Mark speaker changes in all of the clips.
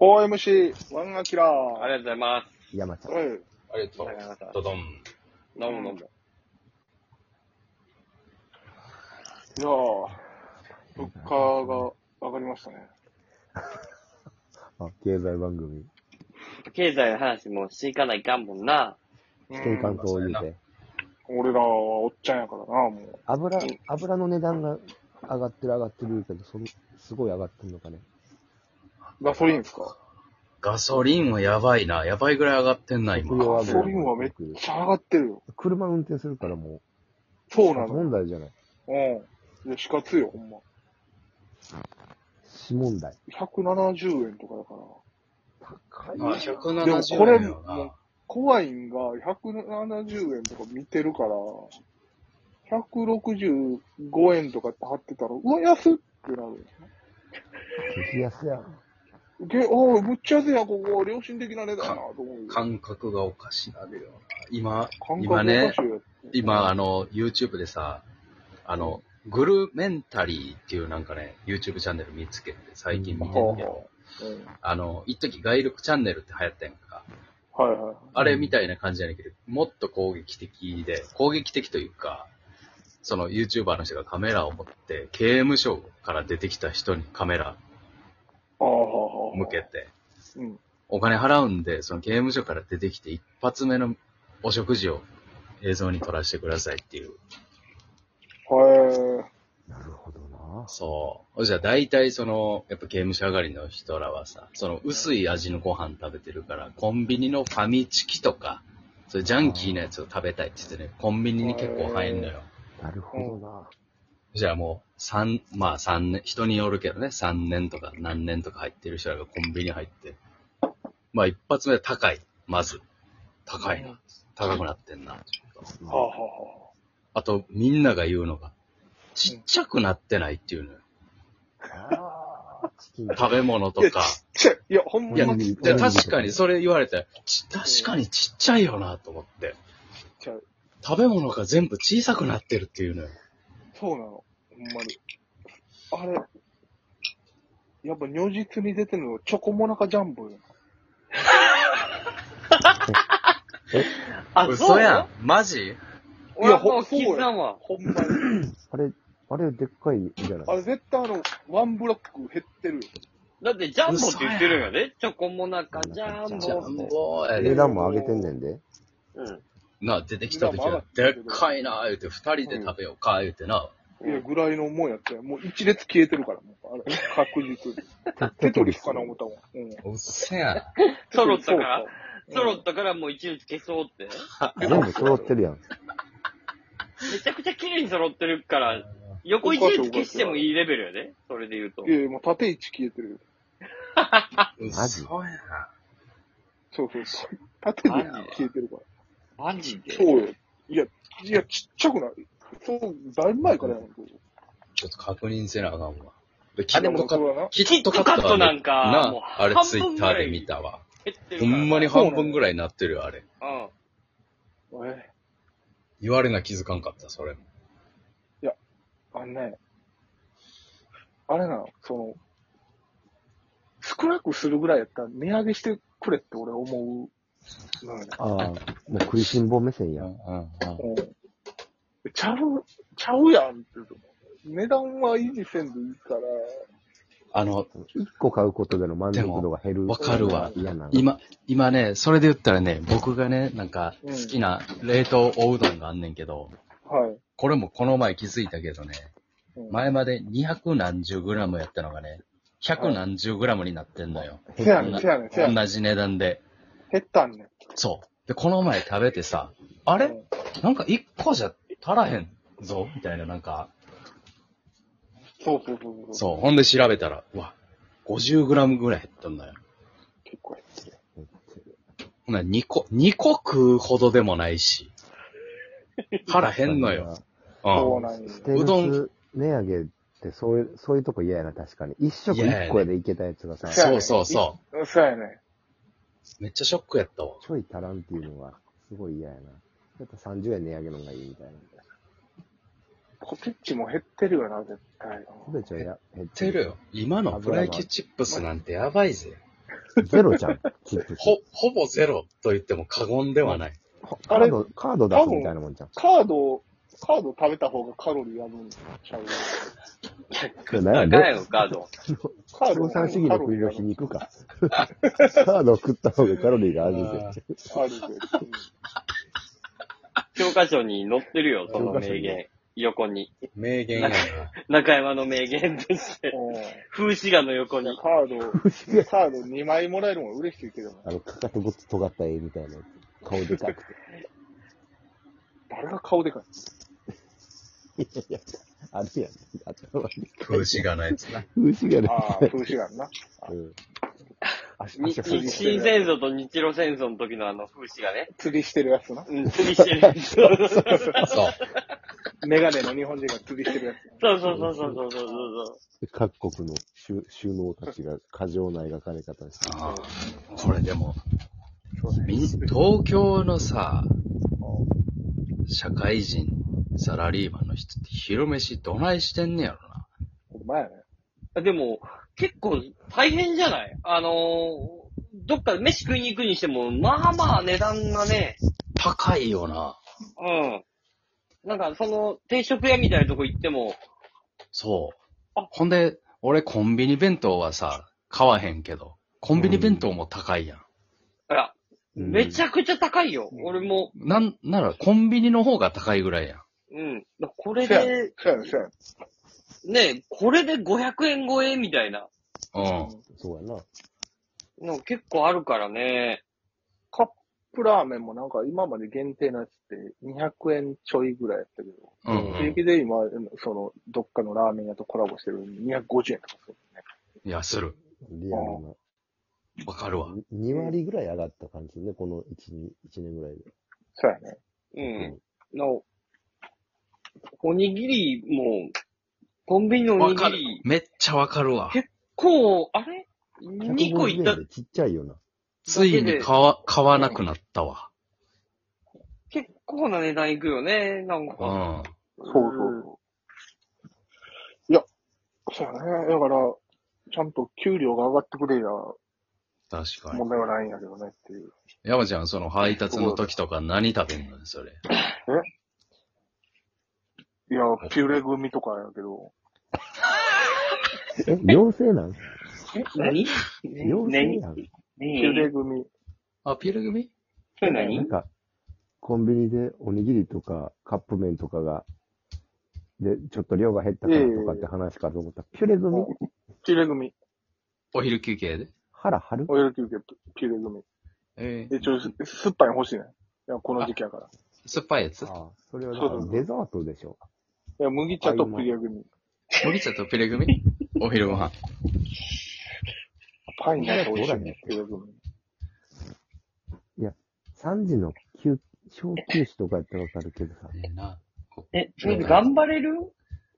Speaker 1: 4MC、ワンアキラー。
Speaker 2: ありがとうございま
Speaker 3: 山ちゃん。
Speaker 1: うん。
Speaker 4: ありがと
Speaker 2: ありがとうございます
Speaker 4: う。ドドン。
Speaker 2: す。どうもどうも。
Speaker 1: いやー、物価が上がりましたね。
Speaker 3: あ、経済番組。
Speaker 2: 経済の話もしていかないかんもんな。
Speaker 3: していかんと言う
Speaker 4: そう
Speaker 3: て。
Speaker 1: 俺らはおっちゃんやからな、も
Speaker 3: 油、油の値段が上がってる上がってるけど、その、すごい上がってるのかね。
Speaker 1: う。ガソリンですか
Speaker 4: ガソリンはやばいな。やばいぐらい上がってんな、
Speaker 3: 食用
Speaker 4: 今。
Speaker 1: ガ
Speaker 3: 油
Speaker 1: ソリンはめっちゃ上がってるよ。
Speaker 3: 車運転するからも
Speaker 1: そう
Speaker 3: う、
Speaker 1: なの。
Speaker 3: 問題じゃない。
Speaker 1: うん。で、死活よ、ほんま。
Speaker 3: 死問題。
Speaker 1: 170円とかだから。
Speaker 3: 高い
Speaker 4: あ、
Speaker 3: な。
Speaker 1: でも
Speaker 4: 170
Speaker 1: これ
Speaker 4: 円よ
Speaker 1: も
Speaker 4: な。
Speaker 1: 怖いんが、170円とか見てるから、165円とかって貼ってたら、うわ、安っってなるんですね。
Speaker 3: 激安やん。
Speaker 1: で、おーむっちゃ安いや、ここ、良心的な値段やな、と思う。
Speaker 4: 感覚がおかしなるよな。今、
Speaker 1: 感覚お
Speaker 4: 今
Speaker 1: かしい
Speaker 4: ね
Speaker 1: よ、
Speaker 4: 今、あの、YouTube でさ、あの、グルメンタリーっていうなんかね、YouTube チャンネル見つけて、最近見てるけど、
Speaker 1: うん
Speaker 4: あの、一時外力チャンネルって流行ったやんか。
Speaker 1: はいはい。
Speaker 4: あれみたいな感じじゃないけど、もっと攻撃的で、攻撃的というか、その YouTuber の人がカメラを持って、刑務所から出てきた人にカメラ
Speaker 1: ああ、
Speaker 4: 向け。て、
Speaker 1: うん。
Speaker 4: お金払うんで、その刑務所から出てきて一発目のお食事を映像に撮らせてくださいっていう。
Speaker 1: は
Speaker 3: なるほどな。
Speaker 4: そう。じゃあ大体その、やっぱ刑務所上がりの人らはさ、その薄い味のご飯食べてるから、コンビニのファミチキとか、そういうジャンキーなやつを食べたいって言ってね、コンビニに結構入んのよ。
Speaker 3: なるほどな。
Speaker 4: じゃあもう、三、まあ三年、人によるけどね、三年とか何年とか入ってる人らがコンビニ入って、まあ一発目高い、まず。高いな。高くなってん
Speaker 1: い。
Speaker 4: な。
Speaker 1: はあはあは
Speaker 4: あと、みんなが言うのが、ちっちゃくなってないっていうのよ。
Speaker 3: ああ、チキン。
Speaker 4: 食べ物
Speaker 1: あ。
Speaker 4: と
Speaker 1: ち
Speaker 4: か。
Speaker 1: っちゃい。いや、ほんま
Speaker 4: いや、
Speaker 1: にちっ
Speaker 4: で確かにそれ言われて、ち確かにちっちゃいよなと思って。
Speaker 1: ちゃい。
Speaker 4: 食べ物が全部小さくなってるっていうのよ。
Speaker 1: そうなの。ほんまに。あれ、やっぱ如実に出てるのはチョコモナカジャンボよ。
Speaker 2: あ
Speaker 4: 嘘やん。マジ
Speaker 2: いや、ほ
Speaker 1: ほ
Speaker 2: んと、
Speaker 1: そうや。
Speaker 2: は。
Speaker 1: ほんまに。
Speaker 3: あれ、あれでっかいじゃな
Speaker 1: あ
Speaker 3: い
Speaker 1: れ絶対あの、ワンブロック減ってるよ。
Speaker 2: だってジャンボって言ってるんよね。チョコモナカ、ジャン
Speaker 4: ジャン
Speaker 2: ボ。
Speaker 4: ボや
Speaker 3: 値
Speaker 4: で。
Speaker 3: 段も上げてんねんで。
Speaker 2: うん。
Speaker 4: な、出てきた時は、でっかいな、言うて、二人で食べようか、言うてな。
Speaker 1: いや、ぐらいのもんやったよ。もう一列消えてるから、もう。あれ、確実に。テトリスかな思ったもん。うん。
Speaker 4: うっせやな。
Speaker 2: そろったから
Speaker 1: うん
Speaker 2: そろったからもう一日消そうって。
Speaker 3: 全部揃ってるやん。
Speaker 2: めちゃくちゃ綺麗に揃ってるから、横一列消してもいいレベルよね。それで言うと
Speaker 1: い。やいや、もう縦位置消えてるよ。
Speaker 4: うっ
Speaker 3: マジ
Speaker 4: そうやな。
Speaker 1: そうそうそう。縦に消えてるから。
Speaker 2: マジで
Speaker 1: そうよ。いや、いや、ちっちゃくない。そう、だいぶ前からやん。
Speaker 4: ちょっと確認せなあかんわ。でキ
Speaker 1: あ、で
Speaker 4: ッ
Speaker 1: も
Speaker 4: トカ
Speaker 1: そ
Speaker 4: ッ
Speaker 1: れ
Speaker 4: ト。
Speaker 1: はな。
Speaker 4: キ
Speaker 2: ットカットなんか
Speaker 4: な
Speaker 2: もう、
Speaker 4: あれ
Speaker 2: 半
Speaker 4: ツイ
Speaker 2: 分
Speaker 4: ッ
Speaker 2: ぐら
Speaker 4: タ
Speaker 2: い
Speaker 4: ーで見たわ。
Speaker 2: 減ってる
Speaker 4: ほ
Speaker 2: から
Speaker 4: んまに半分ぐらいになってるよ、あれ。
Speaker 2: うん。
Speaker 1: え
Speaker 4: 言われな気づかんかった、それも。
Speaker 1: あのね、あれなの、その、少なくするぐらいやったら値上げしてくれって俺思うのよね。
Speaker 3: ああ、もう食いしん坊目線やん。
Speaker 1: うん。ちゃう、ちゃうやんって言うと思う。値段は維持せんでいいから、
Speaker 4: あの、
Speaker 3: 一個買うことでの満足度が減る。
Speaker 4: わかるわ
Speaker 3: 嫌なの。
Speaker 4: 今、今ね、それで言ったらね、僕がね、なんか、
Speaker 1: うん
Speaker 4: 好きな冷凍おうどんがあんねんけど、
Speaker 1: はい。
Speaker 4: これもこの前気づいたけどね、
Speaker 1: うん
Speaker 4: 前まで200何十グラムやったのがね、100何十グラムになってんのよ。
Speaker 1: せや
Speaker 4: こ
Speaker 1: ね、
Speaker 4: んなん
Speaker 1: せやねん、せやねん。
Speaker 4: 同じ値段で。
Speaker 1: 減ったんねん。
Speaker 4: そう。で、この前食べてさ、あ
Speaker 1: う
Speaker 4: れ
Speaker 1: ん
Speaker 4: なんか1個じゃ足らへんぞみたいな、なんか、
Speaker 1: そうそうそうそう。
Speaker 4: そう。ほんで調べたら、うわ、50グラムぐらい減ったんだよ。
Speaker 1: 結構減ってる。
Speaker 4: ほな、2個、2個食うほどでもないし。腹減んのよ。。
Speaker 1: そう
Speaker 4: う
Speaker 1: なんや
Speaker 3: ステル
Speaker 4: うどん
Speaker 3: ス値上げってそういう、そういうとこ嫌やな、確かに。一食一個でいけたやつがさ
Speaker 4: ん。、
Speaker 1: 嫌やね
Speaker 4: そうそうそう
Speaker 1: うんそうやねん。
Speaker 4: う。めっちゃショックやったわ。
Speaker 3: ちょい足らんっていうのは、すごい嫌やな。やっぱ30円値上げの方がいいみたいな。
Speaker 1: ポテチも減ってるよな、絶対。
Speaker 3: すべてはや減っ
Speaker 4: 知ってるよ。今のフライキューチップスなんてやばいぜ。
Speaker 3: ゼロじゃん、チップス。
Speaker 4: ほ、ほぼゼロと言っても過言ではない。
Speaker 3: カード、カード出すみたいなもんじゃん。
Speaker 1: カード、カード食べた方がカロリーあるんちゃう
Speaker 3: そうだよね
Speaker 2: 高いよ、カード。
Speaker 1: カード
Speaker 3: 共産主義の国の皮
Speaker 1: に
Speaker 3: 肉か。カードを食った方がカロリーがあるぜ。
Speaker 1: あるで。うん
Speaker 2: 教科書に載ってるよ、その名
Speaker 3: 教科書
Speaker 2: 言。横に。
Speaker 4: 名言やな。
Speaker 2: 中山の名言と して。
Speaker 1: う
Speaker 2: 風刺画の横
Speaker 1: ん
Speaker 2: に。
Speaker 1: カード、カード2枚もらえるのが嬉しいけどな、
Speaker 3: あの、かかとごっつ尖った絵みたいなやつ。顔でかく
Speaker 1: 誰が顔でかい
Speaker 3: て。いやいや、あるやん。頭に。
Speaker 4: 風刺画のやつな。
Speaker 3: 風刺がね。
Speaker 1: ああ、風刺眼な。
Speaker 3: うん。足、
Speaker 2: 日
Speaker 3: 足
Speaker 2: 日
Speaker 3: が
Speaker 1: に
Speaker 2: 清戦争と日露戦争の時のあの風刺画 ね。
Speaker 1: 釣りしてるやつな。
Speaker 2: うん、釣りしてる。そうそうそうそう
Speaker 4: そう。
Speaker 1: メガネの日本人が釣りしてるやつ。
Speaker 2: そうそうそうそう。
Speaker 3: 各国の首首脳たちが過剰な描かれ方して。
Speaker 4: ああこれでも、
Speaker 1: そう
Speaker 4: みん東京のさ、社会人、サラリーマンの人って昼飯どないしてんねやろな。
Speaker 1: ほんまやね。
Speaker 2: あでも、結構大変じゃないあのー、どっか飯食いに行くにしても、まあまあ値段がね、
Speaker 4: 高いよな。
Speaker 2: うん。なんかその定食屋みたいなとこ行っても、
Speaker 4: そう
Speaker 2: あ。
Speaker 4: ほんで、俺コンビニ弁当はさ、買わへんけど、コンビニ弁当も高いやん。
Speaker 2: あら、
Speaker 3: うん
Speaker 2: めちゃくちゃ高いよ。
Speaker 1: うん
Speaker 2: 俺も、
Speaker 4: なん、ならコンビニの方が高いぐらいやん。
Speaker 2: うん。これ
Speaker 1: そうや
Speaker 2: で、
Speaker 1: そうやね、そうやね。
Speaker 2: ね、これで500円超えみたいな
Speaker 4: うん。
Speaker 3: そうやな。
Speaker 2: の結構あるからね。
Speaker 1: カップラーメンもなんか今まで限定のやつって200円ちょいぐらいやったけど、
Speaker 4: うん、う
Speaker 1: 平
Speaker 4: ん。
Speaker 1: 気で今、その、どっかのラーメン屋とコラボしてるのに250円とかするね。
Speaker 4: いや、する。
Speaker 3: リアルな。
Speaker 4: わかるわ。
Speaker 3: 2割ぐらい上がった感じね、この1、2 1年ぐらいで。
Speaker 1: そうやね。
Speaker 2: うん。の、おにぎりも、コンビニのお
Speaker 4: わ
Speaker 2: にぎ
Speaker 4: かる
Speaker 2: り。、
Speaker 4: めっちゃわかるわ。
Speaker 2: こう、あれ ?2 個いった
Speaker 3: 150円、でちっちゃいよな。
Speaker 4: ついに買わ、買わなくなったわ。
Speaker 2: 結構な値段いくよね、なん
Speaker 4: う
Speaker 2: か。
Speaker 4: ん。
Speaker 1: そうそうそう。いや、そうやね。だから、ちゃんと給料が上がってくれりゃ
Speaker 4: 確かに。
Speaker 1: 問題はないんやけどねっていう。
Speaker 4: 山ちゃん、その配達の時とか何食べんのそれ。
Speaker 1: いや、ピュレ組とかやけど。
Speaker 3: え、妖精なん
Speaker 2: え、 何
Speaker 3: 妖精なん
Speaker 1: ピ
Speaker 2: 何
Speaker 1: ュレ組。
Speaker 4: あ、ピエル組
Speaker 2: それ
Speaker 3: なん
Speaker 2: 何
Speaker 3: か、コンビニでおにぎりとかカップ麺とかが、で、ちょっと量が減ったからとかって話かと思った。ピュレ組
Speaker 1: ピュレ組。
Speaker 4: お昼休憩で
Speaker 3: 腹張る
Speaker 1: お昼休憩、ピュレ組。
Speaker 4: ええ
Speaker 1: え、ちょ、す酸っぱいの欲しいね。いや、この時期やから。い
Speaker 4: 酸っぱいやつ
Speaker 3: ああ、それはだからデザートでしょ。
Speaker 1: や、麦茶とピュレ組。
Speaker 4: 麦茶とピエル 組お昼ご飯。
Speaker 1: パインなんか美味しいね。ピュレ組。
Speaker 3: 3時の休、小休止とかやったらわかるけどさ、
Speaker 4: ええな。
Speaker 2: え、それで頑張れる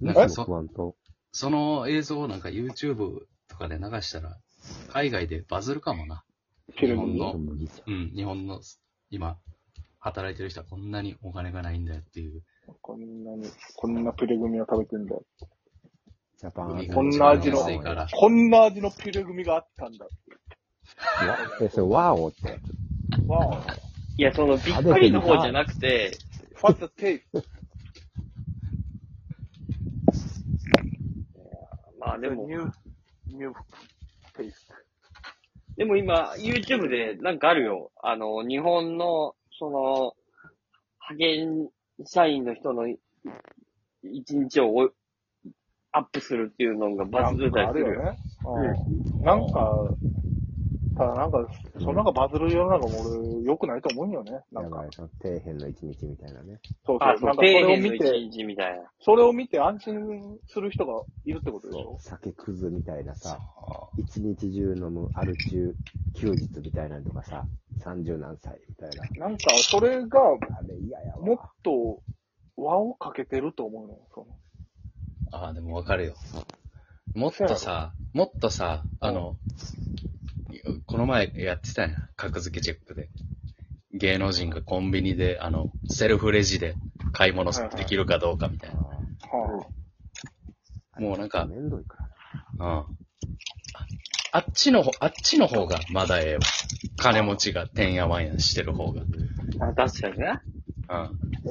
Speaker 3: なんか食わんと、
Speaker 4: その映像をなんか YouTube とかで流したら、海外でバズるかもな。
Speaker 1: ピュレ
Speaker 4: そ
Speaker 1: 組
Speaker 4: う。
Speaker 3: と麦茶。
Speaker 4: うん、日本の今、働いてる人はこんなにお金がないんだよっていう。
Speaker 1: こんなに、こんなピュレ組を食べてんだよ。
Speaker 3: ジャパン
Speaker 1: こんな味の
Speaker 4: 安いから
Speaker 1: こんな味のピュレ組があったんだ。
Speaker 3: わえ、それ、ワオってやつ。
Speaker 1: わあ、
Speaker 2: いや、その、びっくりの方じゃなくて、
Speaker 1: ファットテイス
Speaker 2: まあ
Speaker 1: ト。
Speaker 2: でも
Speaker 1: ニ、ュー、ニューテイスト。
Speaker 2: でも今、YouTube でなんかあるよ。あの、日本の、その、派遣社員の人のい一日をおアップするっていうのがバズってたりするよ。
Speaker 1: なんかあるよね。うんなんか、ただなんか、そのなんかバズる世の中も俺、良くないと思うんよね。な
Speaker 3: な
Speaker 1: ん
Speaker 3: ん
Speaker 1: か
Speaker 3: か、、その底辺の一日みたいなね。
Speaker 1: そう
Speaker 2: あ、
Speaker 1: そう。な
Speaker 2: そう、
Speaker 1: んか
Speaker 2: 底
Speaker 1: それを
Speaker 2: 辺の
Speaker 1: 見て、
Speaker 2: 一日みたいな。
Speaker 1: それを見て安心する人がいるってことでしょ
Speaker 3: 酒くずみたいなさ、
Speaker 4: あ
Speaker 3: 一日中飲むアル中休日みたいなのとかさ、三十何歳みたいな。
Speaker 1: なんか、それが、
Speaker 3: あれ嫌や
Speaker 1: もっ
Speaker 3: わ。
Speaker 1: と、輪をかけてると思うのよ。その
Speaker 4: あー、でもわかるよ。もっとさ、もっとさ、あの、この前やってたんや。格付けチェックで。芸能人がコンビニで、あの、セルフレジで買い物できるかどうかみたいな。
Speaker 1: は
Speaker 4: もうなんか
Speaker 3: めんどいからな。
Speaker 4: うん。ああっちの方、あっちの方がまだええわ。金持ちがてんやわんやしてる方が。
Speaker 2: あ確かにね。
Speaker 4: うん。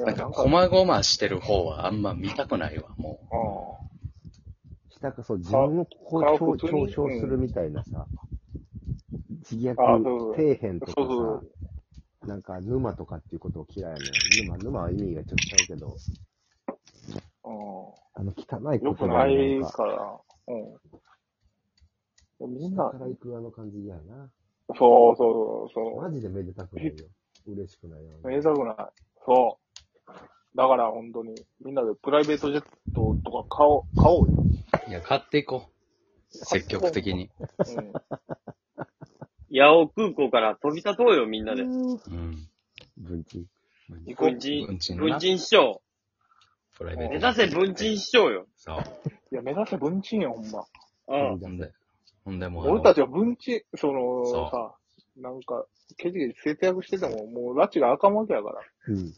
Speaker 1: いや
Speaker 4: なんか、こまごましてる方はあんま見たくないわ、もう。
Speaker 1: あ
Speaker 3: したかそう、自分をこ
Speaker 1: 顔
Speaker 3: う、
Speaker 1: 普
Speaker 3: 強
Speaker 1: 通に
Speaker 3: 嘲笑するみたいなさ、自虐、
Speaker 1: あそう
Speaker 3: 底辺と
Speaker 1: そうそ
Speaker 3: かさ、なんか沼とかっていうことを嫌いやね。沼、沼は意味がちょっと違うけど、
Speaker 1: あ、うん。
Speaker 3: あの汚い
Speaker 1: よ
Speaker 3: こ
Speaker 1: く
Speaker 3: と
Speaker 1: ない
Speaker 3: なんか
Speaker 1: から、うん。みんな
Speaker 3: 下、から行くあの感じ嫌やな。
Speaker 1: そうそうそ
Speaker 3: マジでめでたくないよ。嬉しくないよ。
Speaker 1: う、めでたくない。そう。だから本当に、みんなでプライベートジェットとか買おう、買おうよ。
Speaker 4: いや、買っていこう。積極的に。
Speaker 1: うん。
Speaker 2: 八尾空港から飛び立とうよ、みんなで。
Speaker 4: うん。
Speaker 3: 文鎮。
Speaker 1: 行こう
Speaker 2: 文人
Speaker 4: 文、鎮な
Speaker 2: 文人市長。
Speaker 4: プライベート
Speaker 2: 目指せ文人市長よ。
Speaker 4: そう。
Speaker 1: いや、目指せ文鎮や、ほんま。
Speaker 2: うん。
Speaker 4: ほんで、ほんでもうあの、
Speaker 1: 俺たちは文鎮、その、
Speaker 4: そう
Speaker 1: さ、なんか、ケチケチ節約してても、もう、拉致が赤まけやから、
Speaker 3: うん。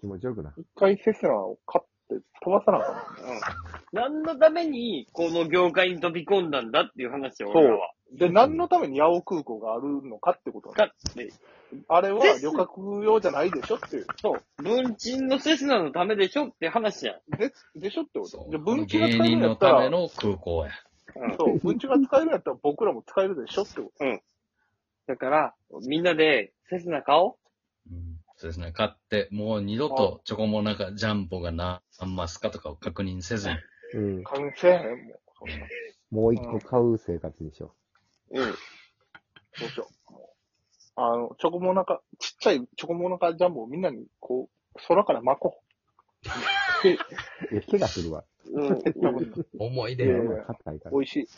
Speaker 3: 気持ちよくな。
Speaker 1: 一回セスナを買って飛ばさなあかっ
Speaker 2: 何のために、この業界に飛び込んだんだっていう話よ、俺らは。
Speaker 1: た。で、何のために八尾空港があるのかってことね
Speaker 2: かって、
Speaker 1: あれは
Speaker 2: セス
Speaker 1: 旅客用じゃないでしょっていう。
Speaker 2: そう、文人のセスナのためでしょって話やん。
Speaker 1: で、でしょってこと
Speaker 4: そう
Speaker 1: じゃあ文鎮が使
Speaker 4: 芸
Speaker 1: えるん
Speaker 4: 人
Speaker 1: や
Speaker 4: の
Speaker 1: った
Speaker 4: ため
Speaker 1: ら、
Speaker 4: の空港や。
Speaker 2: うん。
Speaker 1: そう、文鎮が使えるんやったら僕らも使えるでしょってこ
Speaker 2: だから、みんなで、セスナ買おう。
Speaker 4: うんそうですね。買って、もう二度とチョコモナカジャンボが何マスかとかを確認せずに。
Speaker 3: うん
Speaker 1: と。。関係へん、もう。そんな。
Speaker 3: もう一個買う生活にしよ
Speaker 2: うん。
Speaker 1: どうしよう。もうあの、チョコモナカ、ちっちゃいチョコモナカジャンボをみんなに、こう、空から巻こ
Speaker 3: う。いや、怪我するわ。
Speaker 2: うん。
Speaker 1: う。多分
Speaker 4: 思い
Speaker 3: い
Speaker 4: 出
Speaker 3: や
Speaker 4: を
Speaker 3: まあ硬いから
Speaker 1: 美味しい。